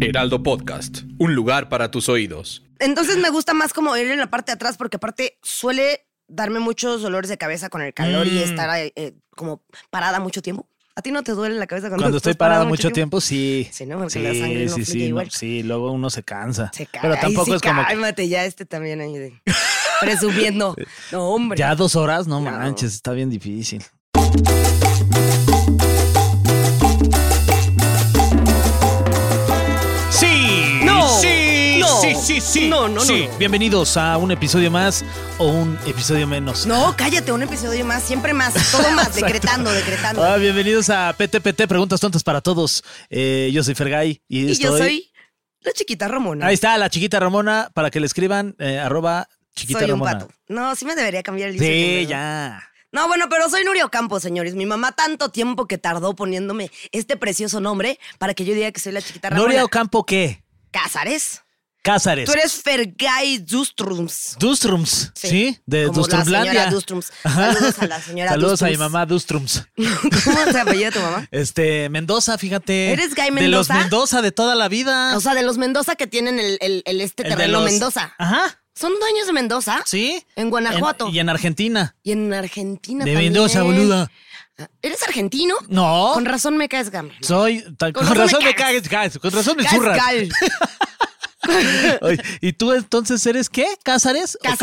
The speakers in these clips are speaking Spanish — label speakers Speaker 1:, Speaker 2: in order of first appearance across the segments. Speaker 1: Heraldo Podcast, un lugar para tus oídos.
Speaker 2: Entonces me gusta más como ir en la parte de atrás porque aparte suele darme muchos dolores de cabeza con el calor
Speaker 3: Mm.
Speaker 2: y estar eh, como parada mucho tiempo. ¿A ti no te duele la cabeza cuando,
Speaker 3: Cuando
Speaker 2: estás
Speaker 3: estoy parado mucho tiempo, sí.
Speaker 2: Sí, ¿no? Porque la sangre no fluye
Speaker 3: sí, sí,
Speaker 2: igual.
Speaker 3: no, sí, luego uno se cansa.
Speaker 2: Se cae.
Speaker 3: Pero tampoco es como que
Speaker 2: Cálmate, ya este también ahí de- presumiendo. No, hombre.
Speaker 3: ya dos horas, no,
Speaker 2: No.
Speaker 3: manches, está bien difícil.
Speaker 1: Sí,
Speaker 2: No,
Speaker 1: sí,
Speaker 2: no,
Speaker 1: sí, sí, sí.
Speaker 2: no, no, no,
Speaker 1: sí.
Speaker 2: no.
Speaker 3: Bienvenidos a un episodio más o un episodio menos.
Speaker 2: No, cállate, un episodio más, siempre más, todo más, decretando, decretando.
Speaker 3: Ah, bienvenidos a PTPT, Preguntas Tontas para Todos. Eh, yo soy Fergay y,
Speaker 2: y
Speaker 3: estoy...
Speaker 2: yo soy la chiquita Romona.
Speaker 3: Ahí está, la chiquita Ramona, para que le escriban, eh, arroba chiquita
Speaker 2: soy
Speaker 3: Ramona.
Speaker 2: un pato. No, sí me debería cambiar el username,
Speaker 3: Sí,
Speaker 2: ¿verdad?
Speaker 3: ya.
Speaker 2: No, bueno, pero soy Nurio Campos, señores. Mi mamá tanto tiempo que tardó poniéndome este precioso nombre para que yo diga que soy la chiquita Ramona.
Speaker 3: Noria Ocampo, ¿qué?
Speaker 2: Cázares.
Speaker 3: Cázares.
Speaker 2: Tú eres Fergay Dustrums.
Speaker 3: Dustrums,
Speaker 2: Sí.
Speaker 3: ¿sí? De
Speaker 2: Como la señora
Speaker 3: Dustrumlandia.
Speaker 2: Dustrums.
Speaker 3: Ajá.
Speaker 2: Saludos a la señora
Speaker 3: Saludos a mi
Speaker 2: Dustrums.
Speaker 3: mamá Dustrums.
Speaker 2: ¿Cómo se apellida tu mamá?
Speaker 3: Este, Mendoza, fíjate.
Speaker 2: ¿Eres Guy
Speaker 3: De los
Speaker 2: Mendoza?
Speaker 3: Mendoza de toda la vida.
Speaker 2: O sea, de los Mendoza que tienen el, el- el este
Speaker 3: Ah. El de
Speaker 2: terreno
Speaker 3: los-
Speaker 2: Mendoza.
Speaker 3: Ajá,
Speaker 2: ¿Son dueños de Mendoza?
Speaker 3: sí.
Speaker 2: En Guanajuato.
Speaker 3: En- y en Argentina.
Speaker 2: Y en Argentina
Speaker 3: de
Speaker 2: también.
Speaker 3: Mendoza, boluda.
Speaker 2: ¿Eres argentino?
Speaker 3: No.
Speaker 2: Con razón me caes gama.
Speaker 3: Soy. ta-
Speaker 2: Con
Speaker 3: Con,
Speaker 2: razón
Speaker 3: razón
Speaker 2: me
Speaker 3: me cagues, guys. Con razón me
Speaker 2: Caes
Speaker 3: zurras.
Speaker 2: gal.
Speaker 3: Oye, ¿Y tú entonces eres qué? ¿Cázares?
Speaker 2: Cázares.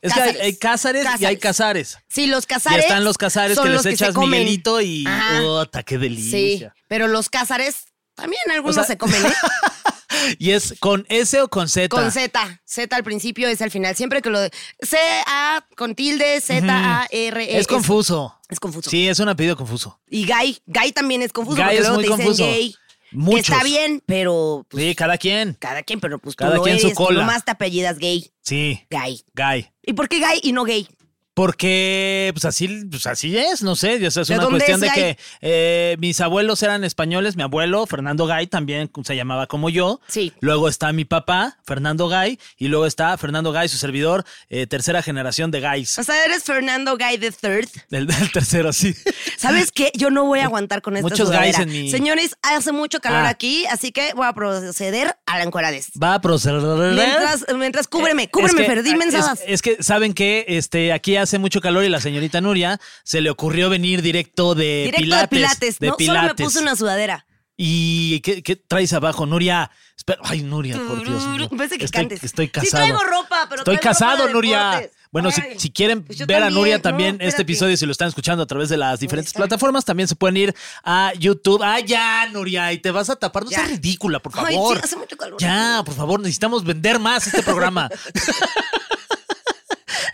Speaker 3: ¿O Casares? Es que hay,
Speaker 2: Cázares.
Speaker 3: hay Cázares, y hay
Speaker 2: Cázares.
Speaker 3: Casares.
Speaker 2: Sí, los cazares.
Speaker 3: y están los Casares
Speaker 2: son
Speaker 3: que les
Speaker 2: los se
Speaker 3: echas
Speaker 2: comen.
Speaker 3: Miguelito y.
Speaker 2: Ajá.
Speaker 3: ¡Ota, qué
Speaker 2: Sí,
Speaker 3: delicia!
Speaker 2: pero los cázares también algunos
Speaker 3: sea-
Speaker 2: se comen, ¿eh?
Speaker 3: ¿Y es con S o con Z?
Speaker 2: Con Z. Z al principio es al final. Siempre que lo. C-A con tilde, Z-A-R-E.
Speaker 3: Es confuso.
Speaker 2: E, eh, Es confuso.
Speaker 3: Sí, es un apellido confuso.
Speaker 2: Y gay. Gay también es confuso.
Speaker 3: Guy
Speaker 2: porque
Speaker 3: es
Speaker 2: luego
Speaker 3: muy
Speaker 2: te dicen
Speaker 3: confuso.
Speaker 2: gay.
Speaker 3: Muchos.
Speaker 2: Está bien, pero. pues,
Speaker 3: Sí, cada quien.
Speaker 2: cada quien, pero pues
Speaker 3: Cada
Speaker 2: tú no
Speaker 3: quien su
Speaker 2: eres, tú
Speaker 3: cola.
Speaker 2: nomás te apellidas gay,
Speaker 3: Sí,
Speaker 2: gay.
Speaker 3: Guy.
Speaker 2: ¿Y por qué gay y no gay?
Speaker 3: Porque, pues así, pues así es, no sé. o sea, es
Speaker 2: ¿De
Speaker 3: una
Speaker 2: dónde
Speaker 3: cuestión
Speaker 2: es
Speaker 3: de
Speaker 2: Guy?
Speaker 3: que eh, mis abuelos eran españoles. Mi abuelo, Fernando Gay, también se llamaba como yo.
Speaker 2: Sí.
Speaker 3: Luego está mi papá, Fernando Gay. Y luego está Fernando Gay, su servidor, eh, tercera generación de Gays.
Speaker 2: O sea, eres Fernando Gay the Third.
Speaker 3: El, el tercero, sí.
Speaker 2: ¿Sabes qué? Yo no voy a aguantar con esta
Speaker 3: Muchos
Speaker 2: sudadera.
Speaker 3: gays en mi-
Speaker 2: Señores, hace mucho calor
Speaker 3: Ah.
Speaker 2: aquí, así que voy a proceder a la encueradez.
Speaker 3: Va a proceder.
Speaker 2: Mientras, mientras cúbreme, cúbreme,
Speaker 3: Eh, Es que,
Speaker 2: Ferdi
Speaker 3: ah,
Speaker 2: Mensadas.
Speaker 3: Es, es que saben que este, aquí hace mucho calor y la señorita Nuria se le ocurrió venir directo de
Speaker 2: Directo
Speaker 3: Pilates.
Speaker 2: de Pilates,
Speaker 3: de
Speaker 2: ¿no? Solo me
Speaker 3: Pilates.
Speaker 2: puse una sudadera.
Speaker 3: ¿Y qué, qué traes abajo, Nuria? Espera. Ay, Nuria, por Dios. mío.
Speaker 2: Tururú. Pensé que
Speaker 3: estoy,
Speaker 2: cantes.
Speaker 3: estoy
Speaker 2: Sí
Speaker 3: casado.
Speaker 2: traigo ropa, pero
Speaker 3: Estoy
Speaker 2: traigo ropa
Speaker 3: casado,
Speaker 2: de
Speaker 3: Nuria.
Speaker 2: deportes.
Speaker 3: Bueno, si,
Speaker 2: Ay,
Speaker 3: si quieren
Speaker 2: pues yo
Speaker 3: ver a
Speaker 2: también,
Speaker 3: Nuria también
Speaker 2: no,
Speaker 3: este
Speaker 2: espérate. Pues
Speaker 3: episodio, si lo están escuchando a través de las diferentes
Speaker 2: está?
Speaker 3: plataformas, también se pueden ir a YouTube. Ah, ya, Nuria, y te vas a tapar. No
Speaker 2: Ya.
Speaker 3: seas ridícula, por
Speaker 2: Ay, sí,
Speaker 3: favor.
Speaker 2: hace mucho calor.
Speaker 3: Ya, por favor, necesitamos vender más este programa.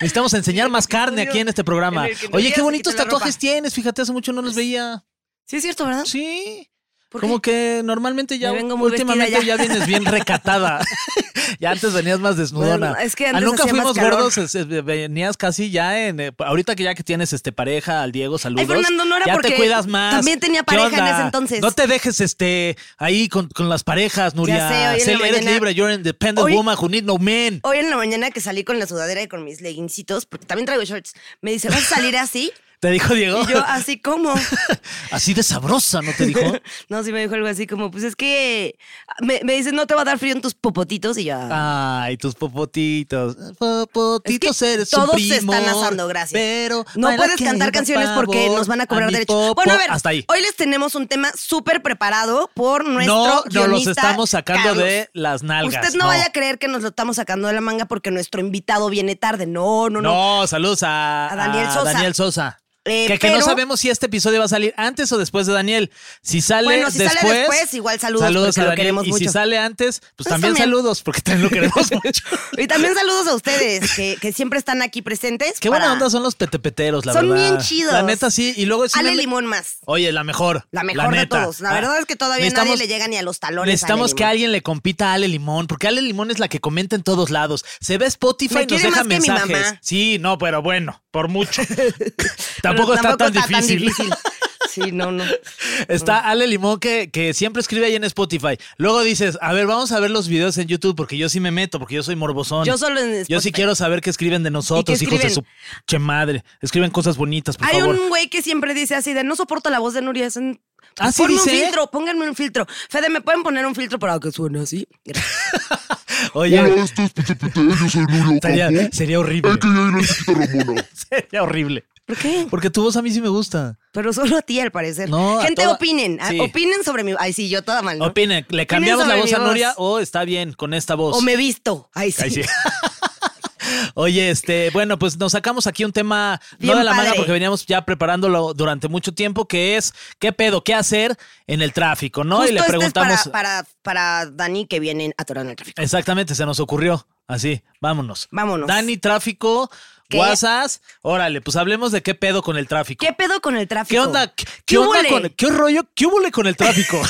Speaker 3: Necesitamos enseñar más carne aquí en este programa.
Speaker 2: En el que no
Speaker 3: Oye,
Speaker 2: llegas y
Speaker 3: qué bonitos
Speaker 2: quitas la ropa. Pues
Speaker 3: tatuajes tienes. Fíjate, hace mucho no los veía.
Speaker 2: Sí, es cierto, ¿verdad?
Speaker 3: Sí.
Speaker 2: ¿Por
Speaker 3: Como que normalmente ya
Speaker 2: Me vengo muy
Speaker 3: últimamente ya.
Speaker 2: vestida ya.
Speaker 3: vienes bien recatada. ya antes venías más desnudona.
Speaker 2: Bueno, es que
Speaker 3: Ah,
Speaker 2: antes
Speaker 3: nunca
Speaker 2: hacía más
Speaker 3: fuimos
Speaker 2: calor.
Speaker 3: gordos, es- es- venías casi ya en eh, ahorita que ya que tienes este pareja, al Diego saludos.
Speaker 2: Ay, Fernando, no era
Speaker 3: ya
Speaker 2: porque
Speaker 3: te cuidas más.
Speaker 2: también tenía
Speaker 3: ¿Qué
Speaker 2: pareja en
Speaker 3: onda?
Speaker 2: ese entonces.
Speaker 3: No te dejes este ahí con, con las parejas, Nuria.
Speaker 2: sé, hoy en la
Speaker 3: Sé- eres
Speaker 2: mañana-
Speaker 3: libre, you're an independent
Speaker 2: Hoy-
Speaker 3: woman who need no man.
Speaker 2: Hoy en la mañana que salí con la sudadera y con mis leggingsitos, porque también traigo shorts, me dice, ¿vas a salir así?
Speaker 3: Te dijo Diego.
Speaker 2: Y yo, ah. ¿así como
Speaker 3: Así de sabrosa, ¿no te dijo?
Speaker 2: No, sí me dijo algo así como, pues es que me, me dice, no te va a dar frío en tus popotitos y yo. ah,
Speaker 3: Ay, tus popotitos. Popotitos
Speaker 2: Es que
Speaker 3: eres
Speaker 2: todos
Speaker 3: un
Speaker 2: se
Speaker 3: primo.
Speaker 2: están asando, gracias.
Speaker 3: Pero
Speaker 2: no
Speaker 3: baila
Speaker 2: puedes
Speaker 3: que
Speaker 2: cantar
Speaker 3: va
Speaker 2: canciones
Speaker 3: pa'
Speaker 2: porque
Speaker 3: vos,
Speaker 2: nos van a cobrar
Speaker 3: mi
Speaker 2: derechos.
Speaker 3: popo.
Speaker 2: Bueno, a ver,
Speaker 3: Hasta ahí.
Speaker 2: hoy les tenemos un tema súper preparado por nuestro
Speaker 3: No, no los
Speaker 2: guionista,
Speaker 3: estamos sacando
Speaker 2: Carlos.
Speaker 3: de las nalgas.
Speaker 2: Usted no, vaya a creer que nos lo estamos sacando de la manga porque nuestro invitado viene tarde. No, no, no.
Speaker 3: No, saludos a,
Speaker 2: A Daniel Sosa.
Speaker 3: Daniel Sosa.
Speaker 2: Eh,
Speaker 3: Que, que no
Speaker 2: pero-
Speaker 3: sabemos si este episodio va a salir antes o después de Daniel. Si sale,
Speaker 2: Bueno, si sale
Speaker 3: después,
Speaker 2: después, igual saludos, porque lo queremos
Speaker 3: y si
Speaker 2: mucho.
Speaker 3: sale antes, pues,
Speaker 2: Pues
Speaker 3: también,
Speaker 2: también.
Speaker 3: saludos porque también lo queremos mucho.
Speaker 2: Y también saludos a ustedes que, que siempre están aquí presentes.
Speaker 3: Qué
Speaker 2: para-
Speaker 3: buena onda son los petepeteros, la
Speaker 2: Son
Speaker 3: verdad.
Speaker 2: bien chidos.
Speaker 3: La neta sí. Y luego sí
Speaker 2: Ale
Speaker 3: me-
Speaker 2: Limón más.
Speaker 3: Oye, la mejor.
Speaker 2: La mejor de
Speaker 3: neta.
Speaker 2: todos. La
Speaker 3: Ah,
Speaker 2: verdad es que todavía nadie
Speaker 3: necesitamos-
Speaker 2: le llega ni a los talones. a Ale
Speaker 3: Necesitamos que
Speaker 2: Limón.
Speaker 3: alguien le compita a Ale Limón, porque Ale Limón es la que comenta en todos lados. Se ve Spotify
Speaker 2: Me
Speaker 3: y nos
Speaker 2: quiere
Speaker 3: deja
Speaker 2: más que mi
Speaker 3: mensajes.
Speaker 2: mamá.
Speaker 3: Sí, no, pero bueno, por mucho. tampoco
Speaker 2: Pero
Speaker 3: está, tan, difícil.
Speaker 2: Sí, no, no.
Speaker 3: Está Ale Limón que, que siempre escribe ahí en Spotify. Luego dices, a ver, vamos a ver los videos en YouTube, porque yo sí me meto, porque yo soy morbosón.
Speaker 2: Yo solo en
Speaker 3: Yo sí
Speaker 2: Spotify.
Speaker 3: quiero saber qué escriben de nosotros, hijos de su
Speaker 2: escriben?
Speaker 3: che madre. Escriben cosas bonitas, por
Speaker 2: Hay
Speaker 3: favor.
Speaker 2: un güey que siempre dice así de no soporto la voz de Nuria. Es un-
Speaker 3: Ah, ¿sí
Speaker 2: Ponme un
Speaker 3: dice?
Speaker 2: filtro, pónganme un filtro. Fede, ¿me pueden poner un filtro para que suene así?
Speaker 3: Oye.
Speaker 4: Hola, esto es Pichipite, yo soy Nulo
Speaker 3: Sería,
Speaker 4: Campo,
Speaker 3: sería horrible.
Speaker 4: AKA la chiquita Ramona.
Speaker 3: Sería horrible.
Speaker 2: ¿Por qué?
Speaker 3: Porque tu voz a mí sí me gusta.
Speaker 2: Pero solo a ti, al parecer.
Speaker 3: No, a
Speaker 2: Gente,
Speaker 3: toda-
Speaker 2: opinen. ah,
Speaker 3: Sí.
Speaker 2: Opinen sobre mi. Ay, sí, yo toda mal. ¿no?
Speaker 3: Opinen, ¿le cambiamos la
Speaker 2: sobre
Speaker 3: voz a
Speaker 2: mi voz.
Speaker 3: Nuria o está bien con esta voz?
Speaker 2: O me visto. Ay, sí.
Speaker 3: Ay, sí. Oye, este, bueno, pues nos sacamos aquí un tema no
Speaker 2: Bien
Speaker 3: de la manga
Speaker 2: padre.
Speaker 3: porque veníamos ya preparándolo durante mucho tiempo, que es qué pedo, qué hacer en el tráfico, ¿no?
Speaker 2: Justo
Speaker 3: y le
Speaker 2: este es
Speaker 3: preguntamos.
Speaker 2: para, para, para Dani que vienen atorando el tráfico.
Speaker 3: Exactamente, se nos ocurrió. Así, vámonos.
Speaker 2: Vámonos.
Speaker 3: Dani, tráfico,
Speaker 2: ¿Qué?
Speaker 3: guasas. Órale, pues hablemos de qué pedo con el tráfico.
Speaker 2: ¿Qué pedo con el tráfico?
Speaker 3: ¿Qué onda? ¿Qué, qué
Speaker 2: hubo
Speaker 3: onda
Speaker 2: le?
Speaker 3: con qué rollo? ¿Qué hubo le con el tráfico?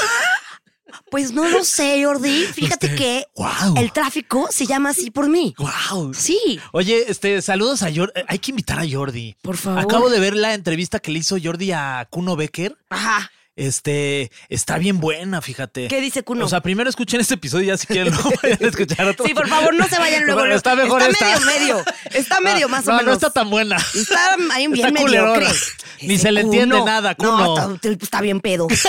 Speaker 2: Pues no lo sé, Jordi. Fíjate que
Speaker 3: Guau.
Speaker 2: el tráfico se llama así por mí.
Speaker 3: wow.
Speaker 2: Sí.
Speaker 3: Oye, este, saludos a Jordi. Hay que invitar a Jordi.
Speaker 2: Por favor.
Speaker 3: Acabo de ver la entrevista que le hizo Jordi a Kuno Becker.
Speaker 2: Ajá.
Speaker 3: Este, está bien buena, fíjate.
Speaker 2: ¿Qué dice Kuno?
Speaker 3: O sea, primero escuchen este episodio y ya si quieren lo vayan a escuchar otro.
Speaker 2: Sí, por favor, no se vayan luego.
Speaker 3: Bueno,
Speaker 2: luego.
Speaker 3: está mejor
Speaker 2: Está
Speaker 3: esta.
Speaker 2: medio, medio. Está medio,
Speaker 3: No,
Speaker 2: más
Speaker 3: no,
Speaker 2: o menos.
Speaker 3: No está tan buena.
Speaker 2: Está ahí bien
Speaker 3: Está
Speaker 2: mediocre.
Speaker 3: culerona. Ni
Speaker 2: Ese
Speaker 3: se le entiende
Speaker 2: Kuno.
Speaker 3: nada, Kuno.
Speaker 2: No, está, está bien pedo. Es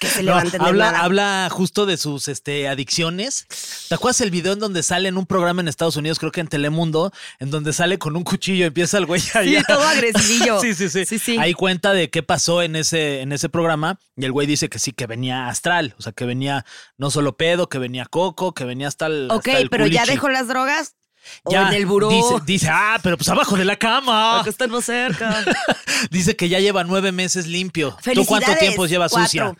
Speaker 2: que se
Speaker 3: No,
Speaker 2: levanten de
Speaker 3: habla,
Speaker 2: nada.
Speaker 3: habla justo de sus este, adicciones. ¿Te acuerdas el video en donde sale en un programa en Estados Unidos, creo que en Telemundo, en donde sale con un cuchillo y empieza el güey ahí a-
Speaker 2: todo agresivillo.
Speaker 3: sí, sí, sí,
Speaker 2: Sí, sí.
Speaker 3: Ahí cuenta de qué pasó en ese, en ese programa y el güey dice que sí, que venía astral, o sea, que venía no solo pedo, que venía coco, que venía hasta el.
Speaker 2: Ok,
Speaker 3: hasta el
Speaker 2: pero ya
Speaker 3: culichi.
Speaker 2: dejó las drogas. O
Speaker 3: Ya,
Speaker 2: en el buró.
Speaker 3: Dice, dice, ah, pero pues abajo de la cama.
Speaker 2: Acá están más cerca.
Speaker 3: dice que ya lleva nueve meses limpio. ¿Tú cuánto
Speaker 2: Felicidades,
Speaker 3: tiempo llevas
Speaker 2: cuatro.
Speaker 3: sucia?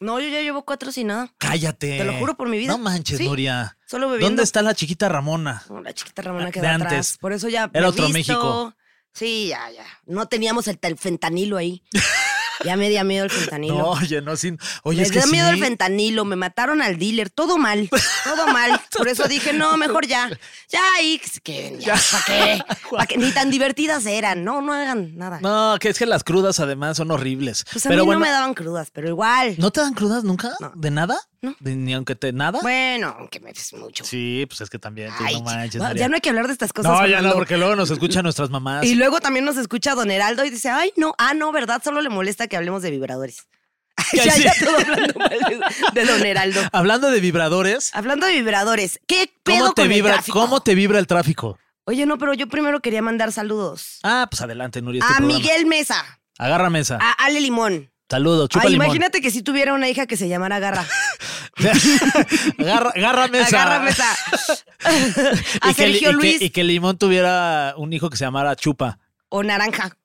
Speaker 2: No, yo ya llevo cuatro sin nada.
Speaker 3: Cállate.
Speaker 2: Te lo juro por mi vida.
Speaker 3: No manches,
Speaker 2: Sí,
Speaker 3: Nuria.
Speaker 2: solo bebiendo.
Speaker 3: ¿Dónde está la chiquita Ramona?
Speaker 2: No, La chiquita Ramona
Speaker 3: Ah, De
Speaker 2: quedó
Speaker 3: antes.
Speaker 2: atrás. Por eso ya. me
Speaker 3: Era otro
Speaker 2: visto.
Speaker 3: México.
Speaker 2: Sí, ya, ya. No teníamos el, tel- fentanilo ahí. ya me dio miedo el fentanilo.
Speaker 3: No, oye, no, sí. Oye,
Speaker 2: Me
Speaker 3: es que
Speaker 2: dio miedo
Speaker 3: sí.
Speaker 2: el fentanilo, me mataron al dealer, todo mal, todo mal. Por eso dije, no, mejor ya. Ya ahí, que se queden, ya. ¿Para qué? Pa' qué? Ni tan divertidas eran, no, no hagan nada.
Speaker 3: No, que es que las crudas además son horribles.
Speaker 2: pues a
Speaker 3: pero
Speaker 2: mí
Speaker 3: bueno,
Speaker 2: no me daban crudas, pero igual.
Speaker 3: ¿No te dan crudas nunca? ¿De nada?
Speaker 2: No.
Speaker 3: De- ni aunque te nada.
Speaker 2: Bueno, aunque me des mucho.
Speaker 3: Sí, pues es que también. tú
Speaker 2: Ay,
Speaker 3: no manches,
Speaker 2: va,
Speaker 3: María.
Speaker 2: ya no hay que hablar de estas cosas.
Speaker 3: No, ya no,
Speaker 2: Fernando.
Speaker 3: porque luego nos escuchan nuestras mamás.
Speaker 2: Y luego también nos escucha Don Heraldo y dice, ay, no, ah, no, ¿verdad? Solo le molesta que hablemos de vibradores. Ay,
Speaker 3: Ya
Speaker 2: ya,
Speaker 3: sí.
Speaker 2: ya todo hablando mal de, de Don Heraldo.
Speaker 3: Hablando de vibradores,
Speaker 2: Hablando de vibradores, ¿qué Ah, pedo
Speaker 3: ¿cómo te
Speaker 2: con el
Speaker 3: vibra?
Speaker 2: tráfico?
Speaker 3: ¿Cómo te vibra el tráfico?
Speaker 2: Oye, no, pero yo primero quería mandar saludos.
Speaker 3: Ah, pues adelante, Nuria. es tu
Speaker 2: a
Speaker 3: programa.
Speaker 2: Miguel Mesa,
Speaker 3: Agarra mesa.
Speaker 2: a Ale Limón.
Speaker 3: Saludos, chupa
Speaker 2: Ay,
Speaker 3: limón.
Speaker 2: imagínate que si tuviera una hija que se llamara Garra.
Speaker 3: agarra, agarra mesa.
Speaker 2: Agarra Mesa. a
Speaker 3: Y que,
Speaker 2: Sergio
Speaker 3: li- y que-
Speaker 2: Luis
Speaker 3: y que Limón tuviera un hijo que se llamara Chupa.
Speaker 2: o Naranja.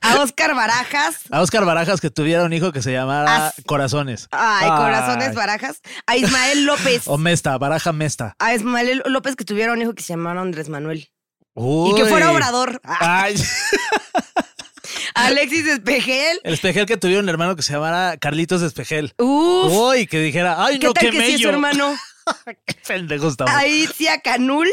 Speaker 2: a Oscar Barajas.
Speaker 3: A Oscar Barajas que tuviera un hijo que se llamara
Speaker 2: As-
Speaker 3: Corazones.
Speaker 2: Ay, corazones Barajas. A Ismael López.
Speaker 3: O Mesta, Baraja Mesta.
Speaker 2: A Ismael López que tuviera un hijo que se llamara Andrés Manuel.
Speaker 3: Uy. Ah.
Speaker 2: Y que fuera obrador. A
Speaker 3: Ay,
Speaker 2: Alexis Espejel.
Speaker 3: el espejel que tuviera un hermano que se llamara Carlitos Espejel.
Speaker 2: Uf.
Speaker 3: Uy, que dijera, ay,
Speaker 2: ¿Qué
Speaker 3: no,
Speaker 2: tal
Speaker 3: qué
Speaker 2: que sí es su
Speaker 3: mello.
Speaker 2: hermano?
Speaker 3: qué pendejo estamos.
Speaker 2: A Itzia Canul.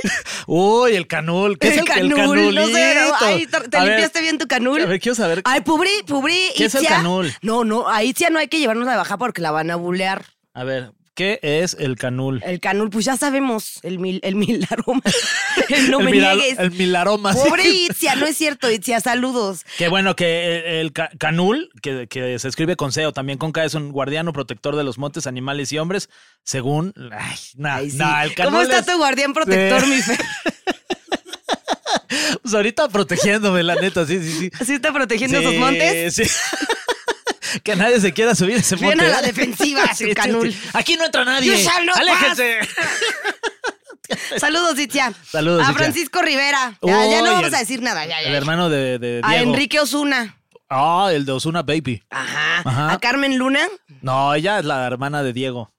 Speaker 3: Uy, el canul. ¿Qué es el, el canulito?
Speaker 2: no sé, pero, ay, te te
Speaker 3: A ver,
Speaker 2: limpiaste bien tu canul.
Speaker 3: A ver, quiero saber.
Speaker 2: Ay, pobre, pobre
Speaker 3: ¿Qué es el
Speaker 2: Itzia.
Speaker 3: canul?
Speaker 2: No, no, a Itzia no hay que llevarnos la baja porque la van a bulear.
Speaker 3: A ver, ¿qué es el canul?
Speaker 2: El canul, pues ya sabemos, el mil, el mil aroma. El no
Speaker 3: el
Speaker 2: me
Speaker 3: milar-
Speaker 2: niegues.
Speaker 3: El milaroma. sí.
Speaker 2: Pobre Itzia, no es cierto, Itzia, saludos.
Speaker 3: Que bueno, que el, el ca- canul, que, que se escribe con C o también con K, es un guardiano protector de los montes, animales y hombres, según. Ay, nah,
Speaker 2: Ay, sí.
Speaker 3: nah, Ah, el canul.
Speaker 2: ¿Cómo está
Speaker 3: es-
Speaker 2: tu guardián protector,
Speaker 3: Sí.
Speaker 2: mi fe?
Speaker 3: Pues ahorita protegiéndome, la neta, sí, sí, sí.
Speaker 2: ¿Sí está protegiendo
Speaker 3: Sí,
Speaker 2: esos montes?
Speaker 3: sí. que nadie se quiera subir a ese
Speaker 2: Bien
Speaker 3: monte.
Speaker 2: a la
Speaker 3: ¿eh?
Speaker 2: defensiva, su canul.
Speaker 3: Aquí no entra nadie.
Speaker 2: You shall not
Speaker 3: ¡Aléjense!
Speaker 2: Saludos, Itzia.
Speaker 3: Saludos,
Speaker 2: A
Speaker 3: Itzia.
Speaker 2: Francisco Rivera. Ya, ya
Speaker 3: Uy,
Speaker 2: no vamos
Speaker 3: el-
Speaker 2: a decir nada. Ya, ya,
Speaker 3: El
Speaker 2: ya.
Speaker 3: hermano de, de Diego.
Speaker 2: A Enrique Osuna.
Speaker 3: Ah, el de Osuna Baby.
Speaker 2: Ajá.
Speaker 3: Ajá.
Speaker 2: A Carmen Luna.
Speaker 3: No, ella es la hermana de Diego.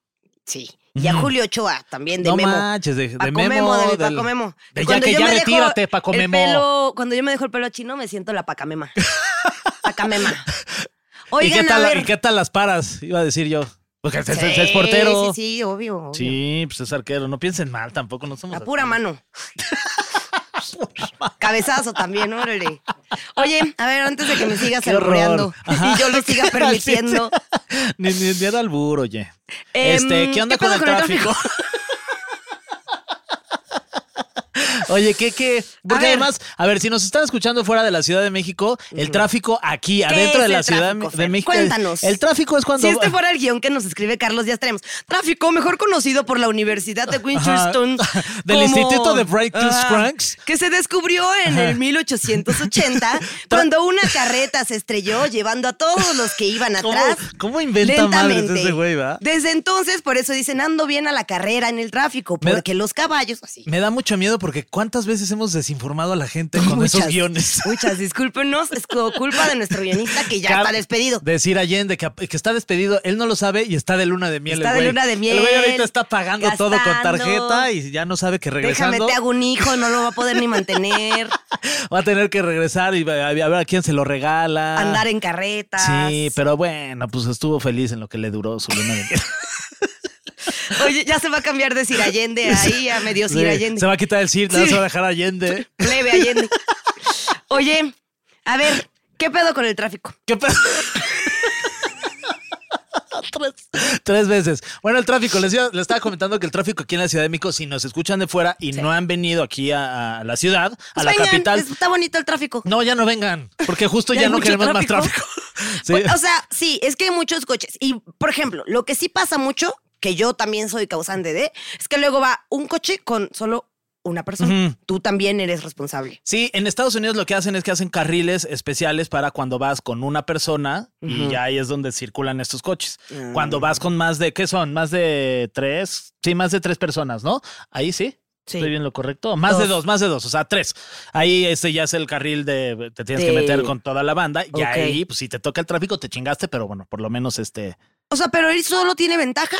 Speaker 2: Sí. Y a Julio Ochoa, también de
Speaker 3: no
Speaker 2: Memo.
Speaker 3: manches, de, de
Speaker 2: Paco
Speaker 3: Memo.
Speaker 2: Memo, de mi
Speaker 3: del-
Speaker 2: Paco Memo.
Speaker 3: de ya
Speaker 2: Cuando
Speaker 3: que
Speaker 2: yo
Speaker 3: ya
Speaker 2: me dejo
Speaker 3: retírate, Paco
Speaker 2: el
Speaker 3: Memo.
Speaker 2: pelo- cuando yo me dejo el pelo chino, me siento la pacamema. Pacamema.
Speaker 3: ¿Y,
Speaker 2: Oigan,
Speaker 3: qué tal,
Speaker 2: a
Speaker 3: la-
Speaker 2: ver.
Speaker 3: y qué tal las paras? Iba a decir yo. Porque es, es- es
Speaker 2: Sí,
Speaker 3: portero.
Speaker 2: Sí, sí, obvio. obvio.
Speaker 3: Sí, pues es arquero. No piensen mal tampoco. No somos
Speaker 2: A pura mano. Cabezazo también, órale. Oye, a ver, antes de que me sigas
Speaker 3: Qué horror.
Speaker 2: albureando
Speaker 3: Ajá.
Speaker 2: y yo lo siga permitiendo.
Speaker 3: ni, ni, ni era albur, oye.
Speaker 2: Em,
Speaker 3: este, ¿qué onda
Speaker 2: ¿qué
Speaker 3: con,
Speaker 2: pedo
Speaker 3: el tráfico? Oye, ¿qué, qué? Porque
Speaker 2: ver.
Speaker 3: además, a ver, si nos están escuchando fuera de la Ciudad de México, el tráfico aquí, adentro
Speaker 2: es
Speaker 3: de la
Speaker 2: el
Speaker 3: Ciudad
Speaker 2: tráfico,
Speaker 3: de
Speaker 2: Fer?
Speaker 3: México.
Speaker 2: Cuéntanos.
Speaker 3: El tráfico es cuando.
Speaker 2: Si este fuera el guión que nos escribe Carlos, ya estaremos. Tráfico, mejor conocido por la Universidad de Winchester.
Speaker 3: Del Instituto de Breakthrough
Speaker 2: Ah,
Speaker 3: Strunks.
Speaker 2: Que se descubrió en el 1880, cuando una carreta se estrelló llevando a todos los que iban
Speaker 3: ¿Cómo-
Speaker 2: atrás.
Speaker 3: cómo inventa madres ese güey, va?
Speaker 2: Desde entonces, por eso dicen, ando bien a la carrera en el tráfico,
Speaker 3: Me da-
Speaker 2: porque los caballos, así.
Speaker 3: Me da mucho miedo porque cuántas veces hemos desinformado a la gente con esos
Speaker 2: Muchas,
Speaker 3: guiones.
Speaker 2: Muchas, discúlpenos, es co- culpa de nuestro guionista que ya
Speaker 3: Car-
Speaker 2: está despedido.
Speaker 3: Decir Allende que, que está despedido, él no lo sabe y está de luna de miel.
Speaker 2: Está
Speaker 3: el
Speaker 2: de
Speaker 3: güey.
Speaker 2: luna de miel,
Speaker 3: El güey ahorita está pagando todo con
Speaker 2: gastando.
Speaker 3: tarjeta y ya no sabe que
Speaker 2: Déjame,
Speaker 3: regresando
Speaker 2: te hago un hijo, no lo va a poder ni mantener,
Speaker 3: va a tener que regresar y va- a ver a quién se lo regala.
Speaker 2: andar en carretas.
Speaker 3: Ah. Sí, pero bueno, pues estuvo feliz en lo que le duró su luna de miel.
Speaker 2: Oye, ya se va a cambiar de Sir Allende ahí a medio Sir
Speaker 3: Sí,
Speaker 2: Allende.
Speaker 3: se va a quitar el CIR, nada más
Speaker 2: Sí.
Speaker 3: se va a dejar Allende.
Speaker 2: Plebe Allende. Oye, a ver, ¿qué pedo con el tráfico?
Speaker 3: ¿Qué pasa? tres, tres veces. Bueno, el tráfico. Les, iba- les estaba comentando que el tráfico aquí en la Ciudad de México, si nos escuchan de fuera y no han venido aquí a, a la ciudad, a
Speaker 2: Pues
Speaker 3: la
Speaker 2: vengan,
Speaker 3: capital.
Speaker 2: Está bonito el tráfico.
Speaker 3: No, ya no vengan, porque justo
Speaker 2: Ya
Speaker 3: ya,
Speaker 2: hay
Speaker 3: no
Speaker 2: mucho
Speaker 3: queremos más
Speaker 2: tráfico.
Speaker 3: tráfico. Sí.
Speaker 2: Pues, O sea, sí, es que hay muchos coches. Y, por ejemplo, lo que sí pasa mucho, que yo también soy causante de, es que luego va un coche con solo una persona.
Speaker 3: Ujú.
Speaker 2: Tú también eres responsable.
Speaker 3: Sí, en Estados Unidos lo que hacen es que hacen carriles especiales para cuando vas con una persona y
Speaker 2: Ujú.
Speaker 3: ya ahí es donde circulan estos coches.
Speaker 2: Ah.
Speaker 3: Cuando vas con más de, ¿qué son? Más de tres, sí, más de tres personas, ¿no? Ahí sí.
Speaker 2: Sí.
Speaker 3: ¿Estoy bien lo correcto? Más de
Speaker 2: Dos.
Speaker 3: dos, más de dos, o sea, tres. Ahí este ya es el carril de te tienes que
Speaker 2: De-
Speaker 3: meter con toda la banda y
Speaker 2: Ok.
Speaker 3: ahí, pues si te toca el tráfico, te chingaste, pero bueno, por lo menos este...
Speaker 2: O sea, pero él solo tiene ventaja.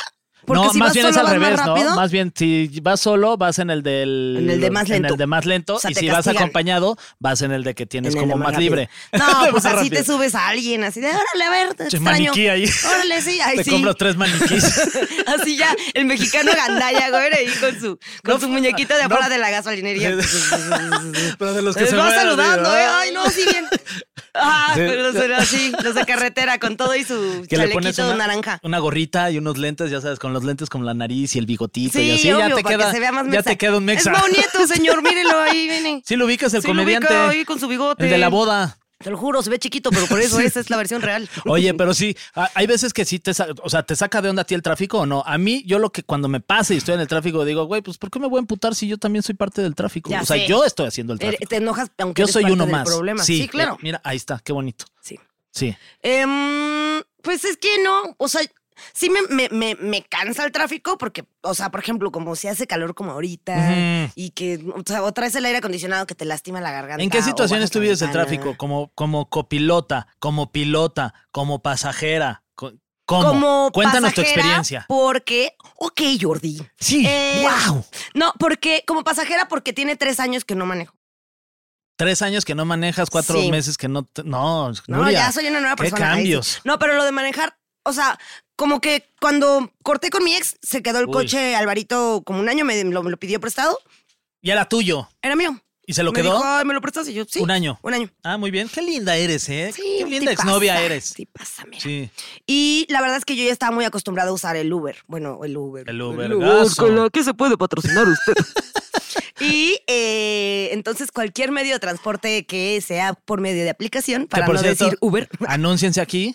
Speaker 2: Porque
Speaker 3: no,
Speaker 2: si
Speaker 3: más
Speaker 2: vas
Speaker 3: bien
Speaker 2: solo
Speaker 3: es al
Speaker 2: vas
Speaker 3: revés,
Speaker 2: más
Speaker 3: ¿no?
Speaker 2: rápido.
Speaker 3: Más bien, si vas solo, vas en el del.
Speaker 2: En el de más
Speaker 3: En
Speaker 2: lento.
Speaker 3: el de más lento.
Speaker 2: O sea,
Speaker 3: y
Speaker 2: te
Speaker 3: si vas
Speaker 2: castigan.
Speaker 3: acompañado, vas en el de que tienes
Speaker 2: en el
Speaker 3: como
Speaker 2: de
Speaker 3: más,
Speaker 2: rápido.
Speaker 3: libre.
Speaker 2: No,
Speaker 3: De
Speaker 2: pues
Speaker 3: más
Speaker 2: así
Speaker 3: rápido.
Speaker 2: te subes a alguien, así de, órale, a ver, te
Speaker 3: Che,
Speaker 2: extraño.
Speaker 3: maniquí ahí.
Speaker 2: Órale, sí, ahí
Speaker 3: Te
Speaker 2: sí.
Speaker 3: compras tres maniquís.
Speaker 2: Así ya, el mexicano gandalla, güey, ahí con su, con
Speaker 3: No,
Speaker 2: su muñequito de
Speaker 3: no.
Speaker 2: afuera de la gasolinería.
Speaker 3: Pero de los que
Speaker 2: Les
Speaker 3: se
Speaker 2: va
Speaker 3: mueven,
Speaker 2: saludando,
Speaker 3: digo,
Speaker 2: ¿eh? Ay, no, sí, bien. Ah,
Speaker 3: Sí.
Speaker 2: pero los de- así, los de carretera con todo y su
Speaker 3: Que le pones
Speaker 2: chalequito
Speaker 3: una,
Speaker 2: naranja.
Speaker 3: una gorrita y unos lentes, ya sabes, con los lentes con la nariz y el bigotito y
Speaker 2: Sí,
Speaker 3: así.
Speaker 2: obvio,
Speaker 3: ya te
Speaker 2: para
Speaker 3: queda,
Speaker 2: que se vea más
Speaker 3: ya
Speaker 2: mexa.
Speaker 3: te queda un mexa.
Speaker 2: Es Mau Nieto, señor, mírelo, ahí viene.
Speaker 3: Sí lo ubicas, el
Speaker 2: Sí, lo
Speaker 3: comediante.
Speaker 2: ubico ahí con su bigote.
Speaker 3: El de la boda.
Speaker 2: Te lo juro, se ve chiquito, pero por eso esa es la versión real. Eh,
Speaker 3: Oye, pero sí, a- hay veces que sí te, sa- o sea, te saca de onda a ti el tráfico o no. A mí, yo lo que cuando me pase y estoy en el tráfico digo, güey, pues ¿por qué me voy a emputar si yo también soy parte del tráfico?
Speaker 2: Ya
Speaker 3: o sea,
Speaker 2: sé.
Speaker 3: yo estoy haciendo el
Speaker 2: Eh,
Speaker 3: tráfico.
Speaker 2: Te enojas, aunque
Speaker 3: yo
Speaker 2: eres
Speaker 3: soy
Speaker 2: parte
Speaker 3: uno
Speaker 2: del
Speaker 3: más.
Speaker 2: problema.
Speaker 3: Sí,
Speaker 2: Sí, claro.
Speaker 3: Mira, ahí está, qué bonito.
Speaker 2: Sí.
Speaker 3: Sí.
Speaker 2: Em, pues es que no, o sea, sí me, me- me- me cansa el tráfico porque, o sea, por ejemplo, como si hace calor como ahorita
Speaker 3: Ujú.
Speaker 2: y que, o sea, o traes el aire acondicionado que te lastima la garganta.
Speaker 3: ¿En qué
Speaker 2: o bajas
Speaker 3: situaciones
Speaker 2: la
Speaker 3: tú vives el
Speaker 2: ventana.
Speaker 3: tráfico? Como, como copilota, como pilota, como pasajera. co- ¿Cómo?
Speaker 2: Como
Speaker 3: Cuéntanos tu
Speaker 2: pasajera,
Speaker 3: experiencia.
Speaker 2: Porque, ok, Jordi.
Speaker 3: Sí,
Speaker 2: Eh,
Speaker 3: wow.
Speaker 2: No, porque como pasajera, porque tiene tres años que no manejo.
Speaker 3: Tres años que no manejas, cuatro
Speaker 2: sí.
Speaker 3: meses que no. te- no,
Speaker 2: No,
Speaker 3: Nuria,
Speaker 2: ya soy una nueva
Speaker 3: ¿qué
Speaker 2: persona. ahí sí.
Speaker 3: cambios?
Speaker 2: No, pero lo de manejar, o sea, como que cuando corté con mi ex, se quedó el
Speaker 3: Uy.
Speaker 2: coche Alvarito como un año, me lo- me lo pidió prestado,
Speaker 3: Y era tuyo.
Speaker 2: era mío.
Speaker 3: ¿Y se lo
Speaker 2: me
Speaker 3: quedó?
Speaker 2: dijo, "Ay, ¿me lo prestas? Y yo, sí.
Speaker 3: Un año.
Speaker 2: Un año.
Speaker 3: Ah, muy bien. Qué linda eres, ¿eh?
Speaker 2: Sí,
Speaker 3: Qué linda
Speaker 2: tipaza,
Speaker 3: exnovia eres. Sí.
Speaker 2: tipaza, mira. Y la verdad es que yo ya estaba muy acostumbrada a usar el Uber. Bueno, el Uber.
Speaker 3: El Ubergazo.
Speaker 2: que se puede patrocinar usted. y eh, entonces cualquier medio de transporte que sea por medio de aplicación, para
Speaker 3: por
Speaker 2: no
Speaker 3: cierto-
Speaker 2: decir Uber,
Speaker 3: Anúnciense aquí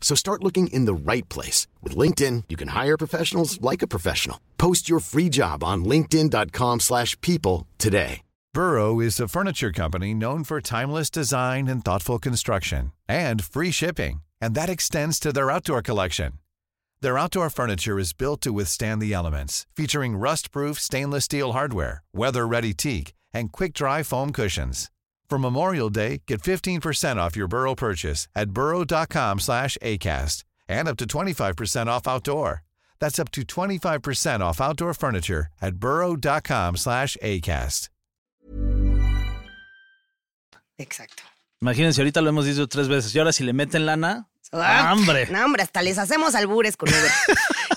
Speaker 5: So start looking in the right place. With LinkedIn, you can hire professionals like a professional. Post your free job on linkedin.com/people slash people today.
Speaker 6: Burrow is a furniture company known for timeless design and thoughtful construction and free shipping, and that extends to their outdoor collection. Their outdoor furniture is built to withstand the elements, featuring rust-proof stainless steel hardware, weather-ready teak, and quick-dry foam cushions. For Memorial Day, get 15% off your Burrow purchase at burrow.com/acast and up to 25% off outdoor. That's up to 25% off outdoor furniture at burrow.com/acast.
Speaker 2: Exacto.
Speaker 3: Imagínense, ahorita lo hemos dicho tres veces. Y ahora si le meten lana,
Speaker 2: Ah,
Speaker 3: hambre.
Speaker 2: No, hombre, hasta les hacemos albures con Uber.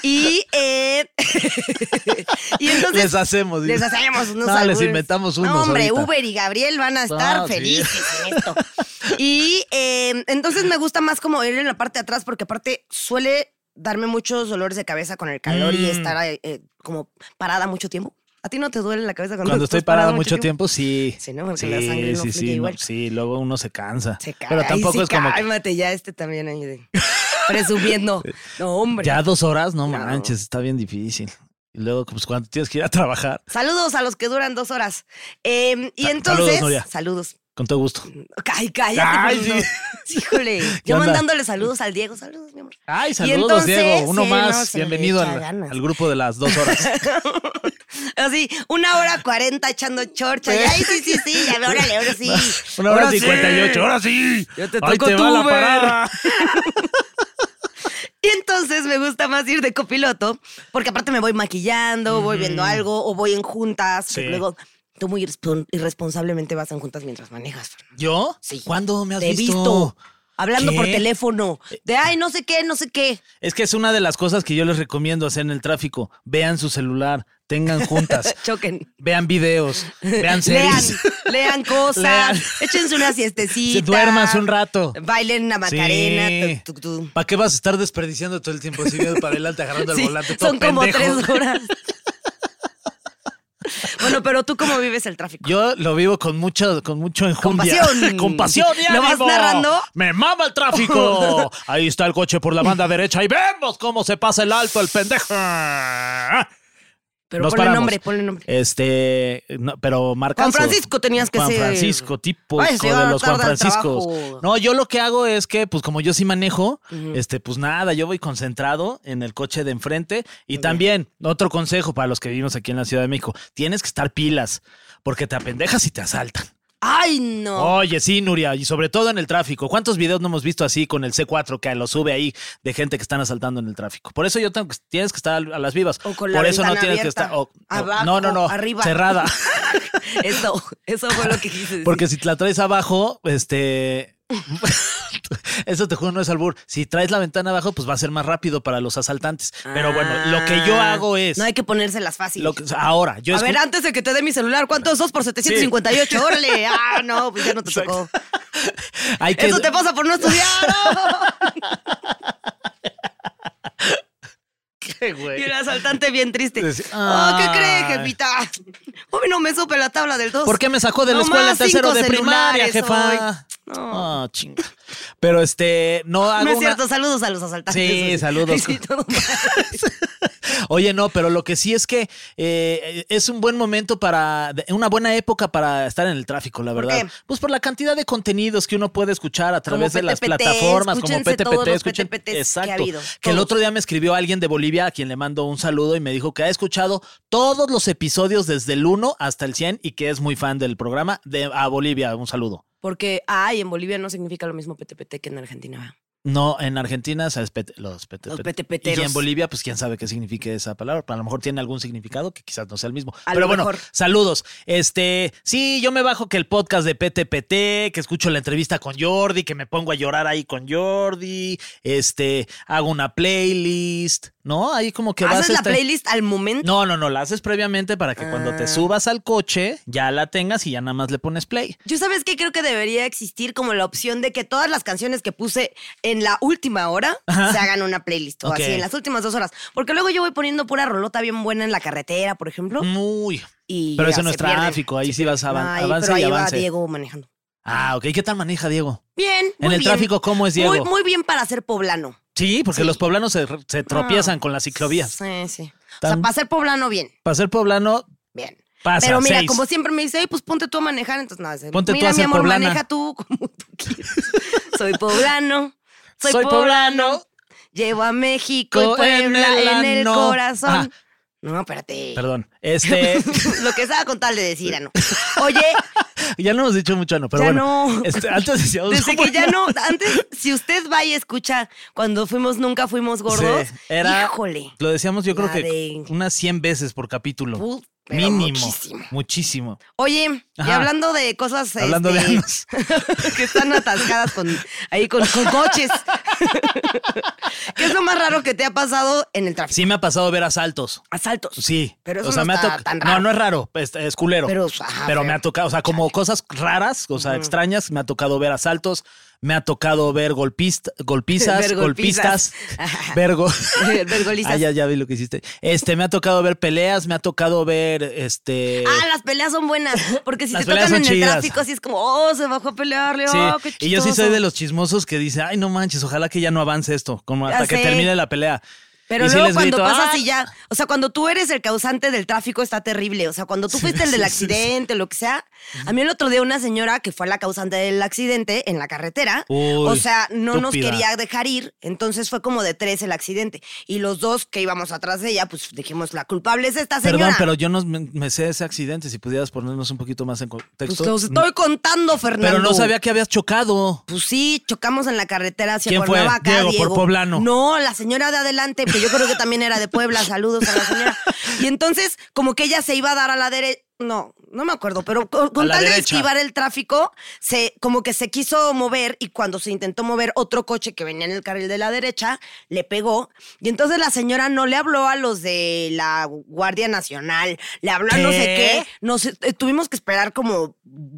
Speaker 2: y, eh, y entonces.
Speaker 3: Les hacemos, dice.
Speaker 2: Les hacemos unos
Speaker 3: No, les
Speaker 2: albures.
Speaker 3: inventamos unos
Speaker 2: No, hombre,
Speaker 3: ahorita.
Speaker 2: Uber y Gabriel van a estar
Speaker 3: Ah, sí.
Speaker 2: felices en esto. Y eh, entonces me gusta más como ir en la parte de atrás, porque aparte suele darme muchos dolores de cabeza con el calor y estar eh, como parada mucho tiempo. ¿A ti no te duele la cabeza cuando,
Speaker 3: Cuando
Speaker 2: estás
Speaker 3: estoy parada mucho tiempo, sí.
Speaker 2: Sí, ¿no? Porque la sangre no
Speaker 3: sí,
Speaker 2: fluye
Speaker 3: sí,
Speaker 2: igual.
Speaker 3: no, sí, luego uno se cansa.
Speaker 2: Se cae.
Speaker 3: Pero tampoco es como que
Speaker 2: Cálmate, ya este también ahí de- presumiendo. No, hombre.
Speaker 3: ya dos horas, no,
Speaker 2: No.
Speaker 3: manches, está bien difícil. Y luego, pues, cuando tienes que ir a trabajar,
Speaker 2: Saludos a los que duran dos horas. Eh, y
Speaker 3: Sa-
Speaker 2: entonces.
Speaker 3: saludos, Nuria.
Speaker 2: Saludos.
Speaker 3: con todo gusto.
Speaker 2: Ay, cállate.
Speaker 3: Ay,
Speaker 2: Fernando. Híjole.
Speaker 3: ¿Qué
Speaker 2: Yo
Speaker 3: onda?
Speaker 2: mandándole saludos al Diego. Saludos, mi amor.
Speaker 3: Ay,
Speaker 2: Y
Speaker 3: saludos,
Speaker 2: entonces,
Speaker 3: Diego. Uno
Speaker 2: sí, no,
Speaker 3: más.
Speaker 2: se le
Speaker 3: Bienvenido
Speaker 2: echa
Speaker 3: al,
Speaker 2: ganas.
Speaker 3: al grupo de las dos horas.
Speaker 2: Así, una hora cuarenta echando chorcha. Y, Ay, sí, sí, sí. Ya, órale, ahora sí.
Speaker 3: Una hora
Speaker 2: Ahora sí.
Speaker 3: cincuenta y ocho. Ahora sí.
Speaker 2: Ya te
Speaker 3: Ahí
Speaker 2: tocó
Speaker 3: te
Speaker 2: tu
Speaker 3: va la
Speaker 2: Uber.
Speaker 3: parada.
Speaker 2: Y entonces me gusta más ir de copiloto, porque aparte me voy maquillando, voy viendo algo o voy en juntas.
Speaker 3: Sí.
Speaker 2: porque Luego tú muy irrespon- irresponsablemente vas en juntas mientras manejas. Fernando.
Speaker 3: ¿Yo?
Speaker 2: Sí.
Speaker 3: ¿Cuándo me has
Speaker 2: Te he
Speaker 3: visto?
Speaker 2: visto hablando por
Speaker 3: ¿Qué?
Speaker 2: teléfono. De ay, no sé qué, no sé qué.
Speaker 3: Es que es una de las cosas que yo les recomiendo hacer en el tráfico. Vean su celular, tengan juntas,
Speaker 2: Choquen.
Speaker 3: vean videos, vean
Speaker 2: Lean,
Speaker 3: series.
Speaker 2: lean cosas,
Speaker 3: Lean.
Speaker 2: échense una siestecita.
Speaker 3: Se duermas un rato.
Speaker 2: Bailen una macarena.
Speaker 3: Sí.
Speaker 2: tu, tu, tu.
Speaker 3: ¿Para qué vas a estar desperdiciando todo el tiempo así viendo para adelante, agarrando
Speaker 2: Sí,
Speaker 3: el volante? todo
Speaker 2: son como
Speaker 3: pendejo?
Speaker 2: tres horas. bueno, pero tú cómo vives el tráfico.
Speaker 3: Yo lo vivo con mucho, con mucho enjundia.
Speaker 2: pasión.
Speaker 3: Con pasión y
Speaker 2: ¿Lo vas
Speaker 3: ánimo.
Speaker 2: narrando?
Speaker 3: ¡Me mama el tráfico! Ahí está el coche por la banda derecha y vemos cómo se pasa el alto el pendejo.
Speaker 2: Pero
Speaker 3: Nos
Speaker 2: ponle
Speaker 3: paramos.
Speaker 2: nombre, ponle nombre.
Speaker 3: Este, no, pero marca.
Speaker 2: Juan Francisco tenías que
Speaker 3: Juan
Speaker 2: ser.
Speaker 3: Francisco, tipo
Speaker 2: Ay,
Speaker 3: de
Speaker 2: señor,
Speaker 3: los Juan
Speaker 2: tarda el
Speaker 3: Franciscos.
Speaker 2: trabajo.
Speaker 3: No, yo lo que hago es que, pues como yo sí manejo, este, pues nada, yo voy concentrado en el coche de enfrente. Y también, otro consejo para los que vivimos aquí en la Ciudad de México, tienes que estar pilas, porque te apendejas y te asaltan.
Speaker 2: Ay, no.
Speaker 3: Oye, sí, Nuria, y sobre todo en el tráfico. ¿Cuántos videos no hemos visto así con el C4 que lo sube ahí de gente que están asaltando en el tráfico? Por eso yo tengo que, tienes que estar a las vivas.
Speaker 2: O con la
Speaker 3: Por eso no
Speaker 2: ventana
Speaker 3: tienes que
Speaker 2: abierta.
Speaker 3: estar. o- o-
Speaker 2: Abajo,
Speaker 3: no, no, no.
Speaker 2: arriba.
Speaker 3: Cerrada.
Speaker 2: Eso, eso fue lo que quise decir.
Speaker 3: Porque si te la traes abajo, este. Eso te juro, no es albur. Si traes la ventana abajo, pues va a ser más rápido para los asaltantes. Pero bueno, lo que yo hago es.
Speaker 2: Ah, No hay que ponérselas fácil.
Speaker 3: lo que- ahora, yo
Speaker 2: a ver,
Speaker 3: escu-
Speaker 2: antes de que te dé mi celular, ¿cuánto es 2 por 758? Órale. Ah, no, pues ya no te tocó.
Speaker 3: hay que-
Speaker 2: Eso te pasa por no estudiar. ¿no? Y el asaltante bien triste.
Speaker 3: Decía,
Speaker 2: Oh,
Speaker 3: "Ah".
Speaker 2: ¿Qué cree,
Speaker 3: "Ay".
Speaker 2: jefita? Hoy no me supe la tabla del 2.
Speaker 3: ¿Por qué me sacó de la escuela el tercero de primaria, jefa?
Speaker 2: No.
Speaker 3: Ah, chinga. Pero este, no hago
Speaker 2: No es
Speaker 3: una-
Speaker 2: cierto, saludos a los asaltantes.
Speaker 3: Sí, saludos.
Speaker 2: Sí, todo
Speaker 3: Oye, no, pero lo que sí es que eh, es un buen momento para, de- una buena época para estar en el tráfico, la verdad.
Speaker 2: qué?
Speaker 3: Pues por la cantidad de contenidos que uno puede escuchar a través de las
Speaker 2: PTPT,
Speaker 3: plataformas, como
Speaker 2: escúchense todos
Speaker 3: PTPT,
Speaker 2: los
Speaker 3: escuchen-
Speaker 2: PTPTs que ha
Speaker 3: exacto.
Speaker 2: habido,
Speaker 3: que el
Speaker 2: todos.
Speaker 3: otro día me escribió alguien de Bolivia a quien le mando un saludo y me dijo que ha escuchado todos los episodios desde el 1 hasta el 100 y que es muy fan del programa de a Bolivia, un saludo.
Speaker 2: Porque, ay, en Bolivia no significa lo mismo PTPT que en Argentina.
Speaker 3: No, en Argentina sabes, pet- los pete-
Speaker 2: Los
Speaker 3: pet-
Speaker 2: petepeteros.
Speaker 3: Y en Bolivia, pues quién sabe qué significa esa palabra. A lo mejor tiene algún significado que quizás no sea el mismo.
Speaker 2: A
Speaker 3: Pero
Speaker 2: lo
Speaker 3: bueno,
Speaker 2: mejor.
Speaker 3: saludos. Este, sí, yo me bajo que el podcast de PTPT, que escucho la entrevista con Jordi, que me pongo a llorar ahí con Jordi, este, hago una playlist, ¿no? Ahí como que vas
Speaker 2: ¿Haces la
Speaker 3: esta-
Speaker 2: playlist Ah. al momento?
Speaker 3: No, no, no, la haces previamente para que cuando te subas al coche ya la tengas y ya nada más le pones play.
Speaker 2: Yo sabes que creo que debería existir como la opción de que todas las canciones que puse en la última hora se hagan una playlist o
Speaker 3: Ok.
Speaker 2: así en las últimas dos horas. Porque luego yo voy poniendo pura rolota bien buena en la carretera, por ejemplo.
Speaker 3: Muy.
Speaker 2: Y
Speaker 3: Mm. Pero
Speaker 2: ya
Speaker 3: eso no
Speaker 2: se
Speaker 3: es
Speaker 2: pierde.
Speaker 3: tráfico, ahí sí vas a avan-
Speaker 2: Ay,
Speaker 3: avance
Speaker 2: pero
Speaker 3: y
Speaker 2: ahí va
Speaker 3: avance.
Speaker 2: Diego manejando.
Speaker 3: Ah, ok. ¿Y ¿Qué tal maneja Diego?
Speaker 2: Bien.
Speaker 3: En
Speaker 2: muy
Speaker 3: el
Speaker 2: bien.
Speaker 3: tráfico, ¿cómo es Diego?
Speaker 2: Muy, muy bien para ser poblano.
Speaker 3: Sí, porque los poblanos se, se tropiezan con las ciclovías.
Speaker 2: Sí, sí. O sea,
Speaker 3: Tan-
Speaker 2: para ser poblano, bien.
Speaker 3: Para ser poblano,
Speaker 2: Bien.
Speaker 3: pasa.
Speaker 2: Pero mira,
Speaker 3: seis.
Speaker 2: como siempre me dice, "Ey, pues ponte tú a manejar. Entonces, nada, no,
Speaker 3: Ponte tú
Speaker 2: mira,
Speaker 3: a
Speaker 2: mi
Speaker 3: ser
Speaker 2: amor,
Speaker 3: poblana.
Speaker 2: maneja tú como tú quieras. Soy poblano. Soy,
Speaker 3: Soy
Speaker 2: poblano.
Speaker 3: poblano.
Speaker 2: Llevo a México
Speaker 3: Co-
Speaker 2: y
Speaker 3: en
Speaker 2: Puebla
Speaker 3: el
Speaker 2: en el,
Speaker 3: ano.
Speaker 2: corazón.
Speaker 3: Ah.
Speaker 2: No, espérate.
Speaker 3: Perdón. Este.
Speaker 2: Lo que estaba con tal de decir, ano. Oye,
Speaker 3: ya no hemos dicho mucho, ano, pero
Speaker 2: Ya
Speaker 3: bueno.
Speaker 2: no.
Speaker 3: Este, antes decíamos.
Speaker 2: desde
Speaker 3: ¿cómo
Speaker 2: que ya
Speaker 3: era?
Speaker 2: no, antes, si usted va y escucha cuando fuimos, nunca fuimos gordos,
Speaker 3: Sí, era-
Speaker 2: híjole.
Speaker 3: Lo decíamos, yo creo
Speaker 2: La
Speaker 3: que
Speaker 2: de-
Speaker 3: unas 100 veces por capítulo.
Speaker 2: Put- pero
Speaker 3: Mínimo.
Speaker 2: muchísimo.
Speaker 3: Muchísimo.
Speaker 2: Oye, y
Speaker 3: Ajá.
Speaker 2: hablando de cosas
Speaker 3: Hablando de
Speaker 2: este,
Speaker 3: anos.
Speaker 2: que están atascadas con, ahí con, con coches. ¿Qué es lo más raro que te ha pasado en el tráfico?
Speaker 3: Sí, me ha pasado ver asaltos.
Speaker 2: Asaltos.
Speaker 3: Sí.
Speaker 2: Pero eso
Speaker 3: o sea,
Speaker 2: no
Speaker 3: me ha
Speaker 2: está
Speaker 3: toc-
Speaker 2: tan raro.
Speaker 3: No, no es raro, es, es culero.
Speaker 2: Pero,
Speaker 3: Pero,
Speaker 2: ajá,
Speaker 3: me ha
Speaker 2: pero-
Speaker 3: tocado, o sea, como cosas raras, o sea, extrañas, me ha tocado ver asaltos, me ha tocado ver golpist- golpizas,
Speaker 2: Ver golpizas.
Speaker 3: golpistas, vergo.
Speaker 2: Ver golistas.
Speaker 3: Ah, ya, ya vi lo que hiciste. Este, me ha tocado ver peleas, me ha tocado ver este.
Speaker 2: Ah, las peleas son buenas. Porque si
Speaker 3: Las
Speaker 2: te
Speaker 3: peleas
Speaker 2: tocan en
Speaker 3: son
Speaker 2: el
Speaker 3: chidas.
Speaker 2: tráfico, así es como, oh, se bajó a pelearle.
Speaker 3: Sí,
Speaker 2: Oh, qué
Speaker 3: y yo sí soy
Speaker 2: chistoso.
Speaker 3: de los chismosos que dice, ay, no manches, ojalá que ya no avance esto, como
Speaker 2: Ya
Speaker 3: hasta que
Speaker 2: sé.
Speaker 3: termine la pelea.
Speaker 2: Pero
Speaker 3: Y sí
Speaker 2: luego
Speaker 3: les
Speaker 2: cuando
Speaker 3: grito,
Speaker 2: pasas
Speaker 3: "Ah".
Speaker 2: y ya, o sea, cuando tú eres el causante del tráfico está terrible. O sea, cuando tú fuiste el del
Speaker 3: sí, sí, sí.
Speaker 2: accidente, lo que sea. A mí el otro día una señora que fue la causante del accidente en la carretera,
Speaker 3: Uy,
Speaker 2: o sea, no nos
Speaker 3: estúpida.
Speaker 2: quería dejar ir, entonces fue como de tres el accidente. Y los dos que íbamos atrás de ella, pues dijimos, la culpable es esta señora.
Speaker 3: Perdón, pero yo no me, me sé ese accidente, si pudieras ponernos un poquito más en
Speaker 2: Pues
Speaker 3: contexto.
Speaker 2: los estoy contando, Fernando.
Speaker 3: Pero no sabía que habías chocado.
Speaker 2: Pues sí, chocamos en la carretera hacia
Speaker 3: ¿Quién fue?
Speaker 2: Cuernavaca.
Speaker 3: Diego, por poblano.
Speaker 2: No, la señora de adelante, pero yo creo que también era de Puebla. Saludos a la señora. Y entonces, como que ella se iba a dar a la derecha. No, no me acuerdo, pero con, con
Speaker 3: A la
Speaker 2: tal de
Speaker 3: derecha.
Speaker 2: esquivar el tráfico, se, como que se quiso mover y cuando se intentó mover otro coche que venía en el carril de la derecha, le pegó. Y entonces la señora no le habló a los de la Guardia Nacional, le habló a no sé
Speaker 3: ¿Qué?
Speaker 2: qué. Nos, eh, tuvimos que esperar como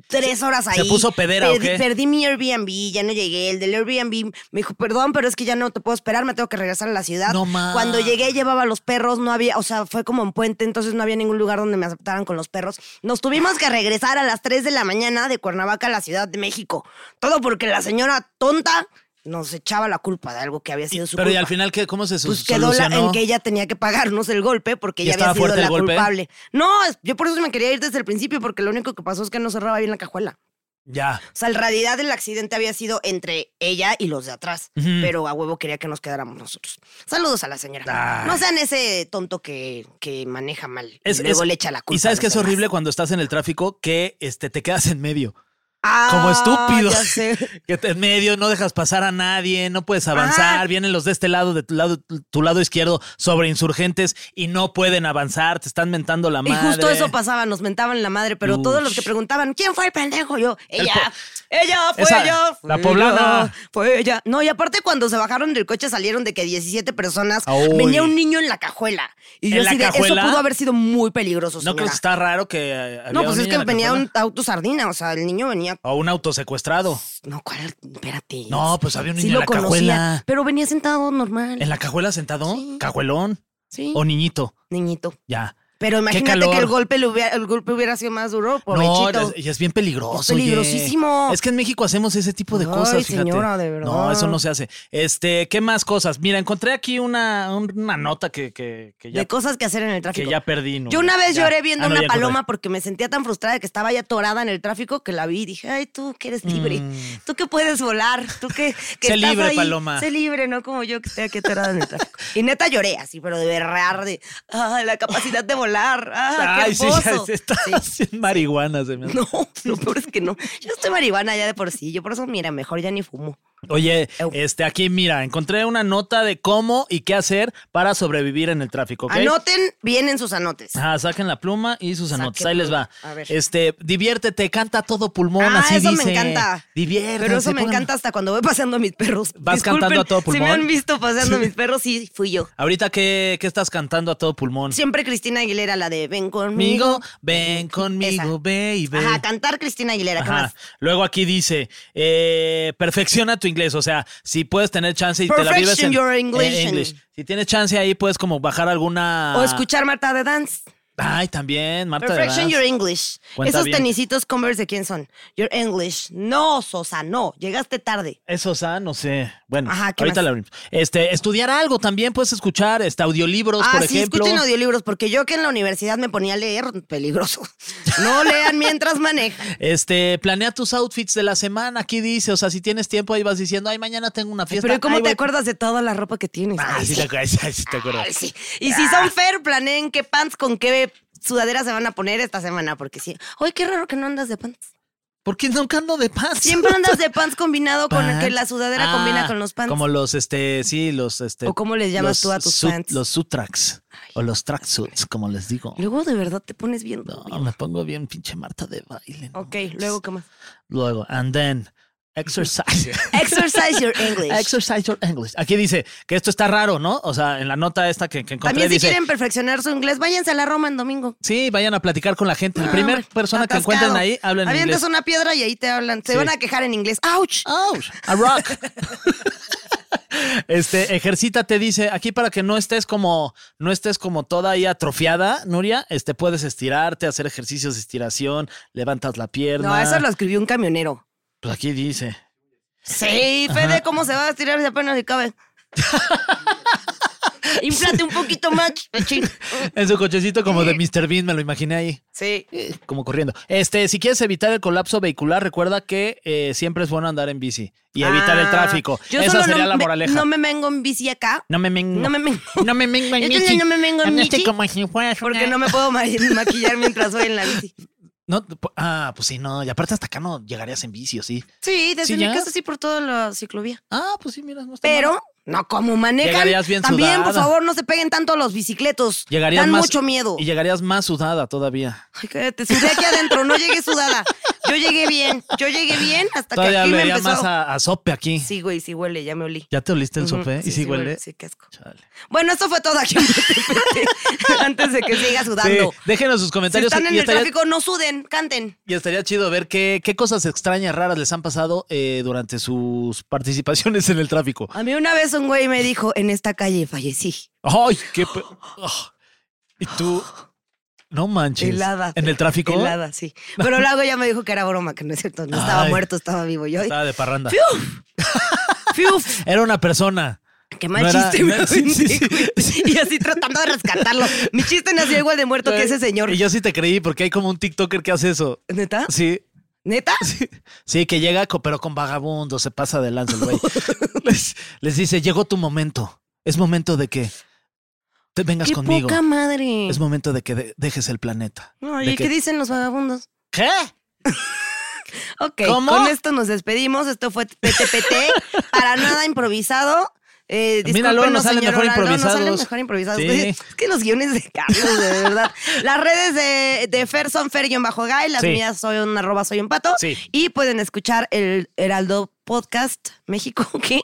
Speaker 2: tres horas ahí.
Speaker 3: ¿Se puso pedera o
Speaker 2: Perdí-
Speaker 3: qué?
Speaker 2: Perdí mi Airbnb, ya no llegué. El del Airbnb me dijo, perdón, pero es que ya no te puedo esperar, me tengo que regresar a la ciudad.
Speaker 3: No ma.
Speaker 2: Cuando llegué llevaba los perros, no había, o sea, fue como en puente, entonces no había ningún lugar donde me aceptaran con los perros. Nos tuvimos que regresar a las 3 de la mañana de Cuernavaca a la Ciudad de México. Todo porque la señora tonta nos echaba la culpa de algo que había sido su
Speaker 3: Pero y
Speaker 2: culpa.
Speaker 3: al final, qué, ¿cómo se su-
Speaker 2: Pues quedó la-
Speaker 3: solucionó?
Speaker 2: en que ella tenía que pagarnos el golpe porque
Speaker 3: ¿Y
Speaker 2: ella había
Speaker 3: estaba
Speaker 2: sido
Speaker 3: fuerte el
Speaker 2: la
Speaker 3: golpe?
Speaker 2: culpable. No, es- yo por eso me quería ir desde el principio porque lo único que pasó es que no cerraba bien la cajuela.
Speaker 3: Ya.
Speaker 2: O sea, en realidad el accidente había sido entre ella y los de atrás,
Speaker 3: Ujú.
Speaker 2: pero a huevo quería que nos quedáramos nosotros. Saludos a la señora.
Speaker 3: Ay.
Speaker 2: No sean ese tonto que, que maneja mal
Speaker 3: Es-
Speaker 2: y luego
Speaker 3: es-
Speaker 2: le echa la culpa.
Speaker 3: Y sabes
Speaker 2: a
Speaker 3: que
Speaker 2: los
Speaker 3: es horrible cuando estás en el tráfico que este, te quedas en medio.
Speaker 2: demás.
Speaker 3: Como
Speaker 2: Ah,
Speaker 3: estúpido.
Speaker 2: ya sé.
Speaker 3: Que te- en medio no dejas pasar a nadie, no
Speaker 2: Ah.
Speaker 3: puedes avanzar. Vienen los de este lado, de tu lado, tu lado izquierdo, sobre insurgentes y no pueden avanzar, te están mentando la
Speaker 2: Y
Speaker 3: madre.
Speaker 2: justo eso pasaba, nos mentaban la madre, pero todos los que
Speaker 3: Ush.
Speaker 2: preguntaban, ¿quién fue el pendejo? Yo, ella,
Speaker 3: po-
Speaker 2: ella, fue
Speaker 3: Esa,
Speaker 2: ella.
Speaker 3: la
Speaker 2: fue
Speaker 3: poblana.
Speaker 2: ella, Fue ella. No, y aparte cuando se bajaron del coche salieron de que 17 personas,
Speaker 3: Ay.
Speaker 2: venía un niño en la cajuela. Y yo
Speaker 3: ¿En la
Speaker 2: así de, eso
Speaker 3: cajuela?
Speaker 2: pudo haber sido muy peligroso,
Speaker 3: No creo
Speaker 2: señora".
Speaker 3: que está raro que. eh, había
Speaker 2: No,
Speaker 3: un
Speaker 2: pues es
Speaker 3: niño
Speaker 2: que
Speaker 3: en la
Speaker 2: venía un
Speaker 3: cajuela.
Speaker 2: auto sardina, o sea, el niño venía. pues,
Speaker 3: O un auto secuestrado.
Speaker 2: No, ¿cuál? Espérate.
Speaker 3: No, pues había un niño
Speaker 2: Sí
Speaker 3: en
Speaker 2: lo
Speaker 3: la
Speaker 2: conocía,
Speaker 3: cajuela.
Speaker 2: pero venía sentado normal.
Speaker 3: ¿En la cajuela sentado?
Speaker 2: Sí.
Speaker 3: ¿Cajuelón?
Speaker 2: Sí,
Speaker 3: ¿O niñito?
Speaker 2: niñito.
Speaker 3: Ya.
Speaker 2: Pero imagínate
Speaker 3: calor.
Speaker 2: que el golpe, le hubiera, el golpe hubiera sido más duro,
Speaker 3: No,
Speaker 2: pobrecito.
Speaker 3: y es bien peligroso.
Speaker 2: Es
Speaker 3: oye.
Speaker 2: peligrosísimo.
Speaker 3: Es que en México hacemos ese tipo de
Speaker 2: Ay,
Speaker 3: cosas, fíjate.
Speaker 2: señora, de verdad.
Speaker 3: No, eso no se hace. Este, ¿qué más cosas? Mira, encontré aquí una, una nota que, que, que ya,
Speaker 2: de cosas que hacer en el
Speaker 3: que
Speaker 2: tráfico.
Speaker 3: ya perdí. ¿no?
Speaker 2: Yo una vez
Speaker 3: Ya.
Speaker 2: lloré viendo
Speaker 3: Ah, no,
Speaker 2: una
Speaker 3: ya encontré.
Speaker 2: paloma porque me sentía tan frustrada que estaba ya atorada en el tráfico que la vi y dije, ay, tú que eres libre, tú que puedes volar, tú que, que
Speaker 3: Mm. Sé
Speaker 2: estás
Speaker 3: libre,
Speaker 2: ahí,
Speaker 3: paloma.
Speaker 2: Sé libre, no como yo que estoy aquí atorada en el tráfico. Y neta lloré así, pero de berrar, de ah, la capacidad de volar, ah,
Speaker 3: Ay,
Speaker 2: qué
Speaker 3: sí, ya
Speaker 2: hermoso.
Speaker 3: se está
Speaker 2: Sí.
Speaker 3: haciendo marihuana. se me hace.
Speaker 2: No, lo peor es que no. Yo estoy marihuana ya de por sí. Yo por eso, mira, mejor ya ni fumo.
Speaker 3: Oye,
Speaker 2: Eu.
Speaker 3: este, aquí mira, encontré una nota de cómo y qué hacer para sobrevivir en el tráfico. ¿ok?
Speaker 2: Anoten bien en sus anotes.
Speaker 3: Ajá, saquen la pluma y sus
Speaker 2: Saquen
Speaker 3: anotas. Ahí les va.
Speaker 2: pluma. A ver.
Speaker 3: Este, diviértete, canta a todo pulmón,
Speaker 2: Ah,
Speaker 3: así
Speaker 2: eso
Speaker 3: dice.
Speaker 2: me encanta.
Speaker 3: Diviértete.
Speaker 2: Pero eso me encanta hasta cuando voy paseando a mis perros.
Speaker 3: ¿Vas cantando a todo
Speaker 2: Si me
Speaker 3: pulmón?
Speaker 2: han visto paseando a mis perros, sí, fui yo.
Speaker 3: Ahorita, ¿qué, qué estás cantando a todo pulmón?
Speaker 2: Siempre Cristina Aguilera, la de ven conmigo.
Speaker 3: Conmigo, ven
Speaker 2: Esa.
Speaker 3: conmigo, baby.
Speaker 2: Ajá, cantar Cristina Aguilera, ¿qué
Speaker 3: Ajá.
Speaker 2: más?
Speaker 3: Luego aquí dice, eh, perfecciona tu inglés, o sea, si puedes tener chance y te la vives
Speaker 2: Perfection
Speaker 3: en
Speaker 2: your English.
Speaker 3: en English. Si tienes chance ahí puedes como bajar alguna
Speaker 2: O escuchar Marta de Dance.
Speaker 3: Ay, también, Ah. Marta. de
Speaker 2: Perfection
Speaker 3: Vaz.
Speaker 2: Your English.
Speaker 3: Cuenta
Speaker 2: Esos
Speaker 3: bien.
Speaker 2: tenisitos Converse de quién son. Your English. No, Sosa, no. Llegaste tarde.
Speaker 3: Eso, o sea, no sé. Bueno,
Speaker 2: Ajá, ¿qué
Speaker 3: ahorita
Speaker 2: más?
Speaker 3: la abrimos. Este, estudiar algo también puedes escuchar, este, audiolibros,
Speaker 2: ah,
Speaker 3: por
Speaker 2: sí,
Speaker 3: ejemplo.
Speaker 2: escuchen audiolibros, porque yo que en la universidad me ponía a leer, peligroso. No lean mientras manejan.
Speaker 3: Este, planea tus outfits de la semana, aquí dice, o sea, si tienes tiempo ahí vas diciendo, ay, mañana tengo una fiesta.
Speaker 2: Pero ¿y ¿cómo
Speaker 3: ay,
Speaker 2: te
Speaker 3: voy-
Speaker 2: acuerdas de toda la ropa que tienes?
Speaker 3: Ah,
Speaker 2: Ay,
Speaker 3: sí
Speaker 2: sí.
Speaker 3: Ah. te acuerdas, ay, sí te acuerdas.
Speaker 2: Ay, sí. Y si son fair, planeen qué pants con qué sudadera se van a poner esta semana, porque sí. Ay, qué raro que no andas de pants.
Speaker 3: ¿Por qué nunca ando de paz?
Speaker 2: Siempre andas de pants combinado con el que
Speaker 3: Pants.
Speaker 2: la sudadera combina
Speaker 3: Ah,
Speaker 2: con los pants.
Speaker 3: Como los, este, sí, los, este.
Speaker 2: ¿O cómo les llamas
Speaker 3: los
Speaker 2: tú a tus
Speaker 3: sut-
Speaker 2: pants?
Speaker 3: Los sutrax. O los tracksuits, como les digo.
Speaker 2: Luego de verdad te pones bien.
Speaker 3: No, me pongo bien pinche Marta de baile. ¿no?
Speaker 2: Ok, luego qué más.
Speaker 3: Luego, and then, exercise.
Speaker 2: Exercise your English.
Speaker 3: Exercise your English. Aquí dice que esto está raro, ¿no? O sea, en la nota esta que, que encontré
Speaker 2: También si
Speaker 3: dice.
Speaker 2: quieren perfeccionar su inglés, váyanse a la Roma en domingo.
Speaker 3: Sí, vayan a platicar con la gente. La primera
Speaker 2: Hombre,
Speaker 3: persona que
Speaker 2: Ah, atascado.
Speaker 3: encuentren ahí, hablen en
Speaker 2: Avientas
Speaker 3: inglés.
Speaker 2: una piedra y ahí te hablan. Se
Speaker 3: Sí. Ah,
Speaker 2: van a quejar en inglés. ¡Auch!
Speaker 3: Ouch, Oh, a rock. Este, ejercítate, dice, aquí para que no estés como, no estés como toda ahí atrofiada, Nuria, este, puedes estirarte, hacer ejercicios de estiración, levantas la pierna.
Speaker 2: No, eso lo escribió un camionero.
Speaker 3: Pues aquí dice.
Speaker 2: Sí, Fede, ¿cómo se va a estirar si apenas le cabe? Inflate un poquito más, pechín.
Speaker 3: En su cochecito como
Speaker 2: Eh.
Speaker 3: de Mr. Bean, me lo imaginé ahí.
Speaker 2: Sí.
Speaker 3: eh, Como corriendo. Este, si quieres evitar el colapso vehicular, recuerda que eh, siempre es bueno andar en bici y evitar el
Speaker 2: Ah,
Speaker 3: tráfico.
Speaker 2: yo
Speaker 3: Esa
Speaker 2: solo
Speaker 3: sería
Speaker 2: no
Speaker 3: la
Speaker 2: me-
Speaker 3: moraleja.
Speaker 2: No me vengo en bici acá.
Speaker 3: No me mengo.
Speaker 2: No me mengo.
Speaker 3: No me mengo en
Speaker 2: Yo también
Speaker 3: bici.
Speaker 2: no me mengo en
Speaker 3: Andaste
Speaker 2: bici.
Speaker 3: como si fueras
Speaker 2: Porque
Speaker 3: una-
Speaker 2: no me puedo ma- maquillar mientras voy en la bici.
Speaker 3: No, pu- ah, pues sí, no. Y aparte hasta acá no llegarías en vicio, sí.
Speaker 2: Sí, desde
Speaker 3: ¿Sí,
Speaker 2: mi
Speaker 3: ya?
Speaker 2: casa sí por toda la ciclovía.
Speaker 3: Ah, pues sí, mira, no está mal.
Speaker 2: Pero no como manejan.
Speaker 3: Llegarías bien
Speaker 2: también, por
Speaker 3: sudada.
Speaker 2: favor, no se peguen tanto a los bicicletos.
Speaker 3: Llegarías
Speaker 2: Dan
Speaker 3: más-
Speaker 2: mucho miedo.
Speaker 3: Y llegarías más sudada todavía.
Speaker 2: Ay, cállate, sudé aquí adentro, no llegué sudada. Yo llegué bien, yo llegué bien hasta que
Speaker 3: todavía
Speaker 2: aquí me
Speaker 3: vería
Speaker 2: empezó.
Speaker 3: más a, a sope aquí.
Speaker 2: Sí, güey, sí huele, ya me olí.
Speaker 3: ¿Ya te oliste el
Speaker 2: Ujú,
Speaker 3: sope?
Speaker 2: sí,
Speaker 3: y sí,
Speaker 2: sí
Speaker 3: huele.
Speaker 2: Sí, qué asco.
Speaker 3: Chale.
Speaker 2: Bueno, esto fue todo aquí. en Petepete, Antes de que siga sudando.
Speaker 3: Sí, déjenos sus
Speaker 2: Si
Speaker 3: comentarios.
Speaker 2: están en
Speaker 3: y,
Speaker 2: el
Speaker 3: estaría,
Speaker 2: tráfico, no suden, canten.
Speaker 3: y estaría chido ver qué, qué cosas extrañas, raras les han pasado eh, durante sus participaciones en el tráfico.
Speaker 2: A mí una vez un güey me dijo, en esta calle fallecí.
Speaker 3: ¡Ay, qué... pe- Ah. Y tú... No manches.
Speaker 2: Helada.
Speaker 3: ¿En el tráfico?
Speaker 2: Helada, sí. Pero luego ya me dijo que era broma, que no es cierto. No estaba
Speaker 3: Ay.
Speaker 2: muerto, estaba vivo. Yo,
Speaker 3: Estaba de parranda.
Speaker 2: ¡fiuf!
Speaker 3: Era una persona.
Speaker 2: Qué mal
Speaker 3: No era-
Speaker 2: chiste me
Speaker 3: no- sí, sí,
Speaker 2: aventé,
Speaker 3: sí.
Speaker 2: güey. Y así tratando de rescatarlo. Mi chiste nació igual de muerto que ese señor.
Speaker 3: Y yo sí te creí, porque hay como un TikToker que hace eso.
Speaker 2: ¿Neta?
Speaker 3: Sí,
Speaker 2: ¿Neta?
Speaker 3: sí, sí, que llega, co- pero con vagabundo, se pasa de lanza el güey. les, les dice, llegó tu momento. Es momento de que te vengas
Speaker 2: ¡Qué
Speaker 3: conmigo.
Speaker 2: poca madre!
Speaker 3: Es momento de que de- dejes el planeta.
Speaker 2: No,
Speaker 3: De
Speaker 2: ¿Y
Speaker 3: que-
Speaker 2: qué dicen los vagabundos?
Speaker 3: ¿Qué?
Speaker 2: Ok,
Speaker 3: ¿Cómo?
Speaker 2: con esto nos despedimos. Esto fue PTPT, para nada improvisado. Eh,
Speaker 3: Mira, luego
Speaker 2: discúlpenos,
Speaker 3: nos salen
Speaker 2: señor
Speaker 3: mejor
Speaker 2: Oral, no, nos salen
Speaker 3: improvisados.
Speaker 2: mejor improvisados.
Speaker 3: Sí.
Speaker 2: Oye, Es que los guiones de Carlos, de verdad. Las redes de, de Fer son Fer-Guy, las
Speaker 3: Sí.
Speaker 2: mías soy un arroba soy un pato.
Speaker 3: Sí.
Speaker 2: Y pueden escuchar el Heraldo Podcast México, ¿qué?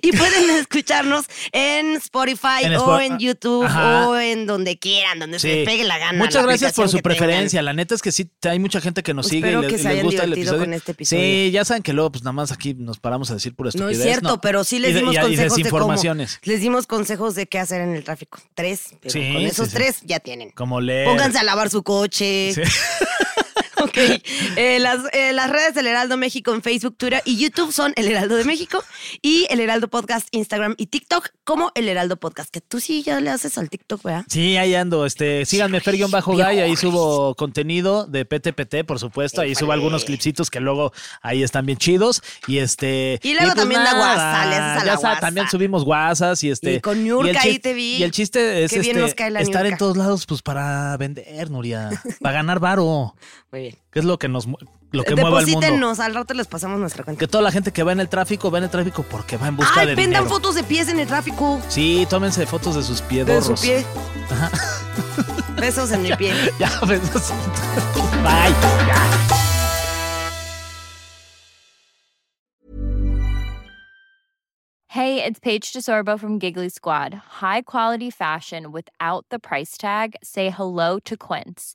Speaker 2: Y pueden escucharnos en Spotify
Speaker 3: En
Speaker 2: o
Speaker 3: Spo-
Speaker 2: en YouTube
Speaker 3: Ajá.
Speaker 2: o en donde quieran, donde se
Speaker 3: Sí.
Speaker 2: les pegue la gana. la
Speaker 3: Muchas gracias por
Speaker 2: aplicación
Speaker 3: su
Speaker 2: que tengan.
Speaker 3: preferencia. La neta es que sí, hay mucha gente que nos sigue y
Speaker 2: Espero
Speaker 3: le- y
Speaker 2: que
Speaker 3: les,
Speaker 2: se hayan
Speaker 3: gusta el
Speaker 2: divertido
Speaker 3: episodio.
Speaker 2: con este episodio.
Speaker 3: Sí, ya saben que luego, pues nada más aquí nos paramos a decir pura
Speaker 2: No
Speaker 3: estupidez.
Speaker 2: es cierto, pero sí les
Speaker 3: Y de-
Speaker 2: dimos
Speaker 3: y- y
Speaker 2: consejos de cómo.
Speaker 3: desinformaciones.
Speaker 2: Les dimos consejos de qué hacer en el tráfico. Tres, pero
Speaker 3: Sí,
Speaker 2: con
Speaker 3: sí,
Speaker 2: esos
Speaker 3: sí.
Speaker 2: tres ya tienen.
Speaker 3: Como leer.
Speaker 2: Pónganse a lavar su coche.
Speaker 3: Sí.
Speaker 2: Ok. Eh, las, eh, las redes del Heraldo México en Facebook, Twitter y YouTube son El Heraldo de México y El Heraldo Podcast, Instagram y TikTok como El Heraldo Podcast. Que tú sí ya le haces al TikTok, ¿verdad?
Speaker 3: Sí, ahí ando. Este, síganme bajo gay ahí subo contenido de PTPT, por supuesto. Ahí subo
Speaker 2: Híjole.
Speaker 3: algunos clipsitos que luego ahí están bien chidos. Y este.
Speaker 2: Y luego también la
Speaker 3: nada,
Speaker 2: guasa, le haces a la
Speaker 3: ya sa-
Speaker 2: guasa.
Speaker 3: También subimos guasas y este.
Speaker 2: Y con Niurka
Speaker 3: el
Speaker 2: ahí
Speaker 3: chis-
Speaker 2: te vi.
Speaker 3: Y el chiste es
Speaker 2: Qué bien
Speaker 3: este,
Speaker 2: nos cae la
Speaker 3: estar
Speaker 2: Niurka.
Speaker 3: en todos lados, pues para vender, Nuria. para ganar varo.
Speaker 2: Muy bien.
Speaker 3: Que es lo que nos mu- lo que mueve al mundo.
Speaker 2: Deposítenos, al rato les pasamos nuestra cuenta.
Speaker 3: Que toda la gente que va en el tráfico, va en el tráfico porque va en busca
Speaker 2: Ay,
Speaker 3: de
Speaker 2: vendan
Speaker 3: dinero.
Speaker 2: fotos de pies en el tráfico.
Speaker 3: Sí, tómense fotos de sus
Speaker 2: De su
Speaker 3: piedorros.
Speaker 2: pie. Besos en mi pie.
Speaker 3: Ya, besos. Bye.
Speaker 7: Hey, it's Paige DeSorbo from Giggly Squad. High quality fashion without the price tag. Say hello to Quince.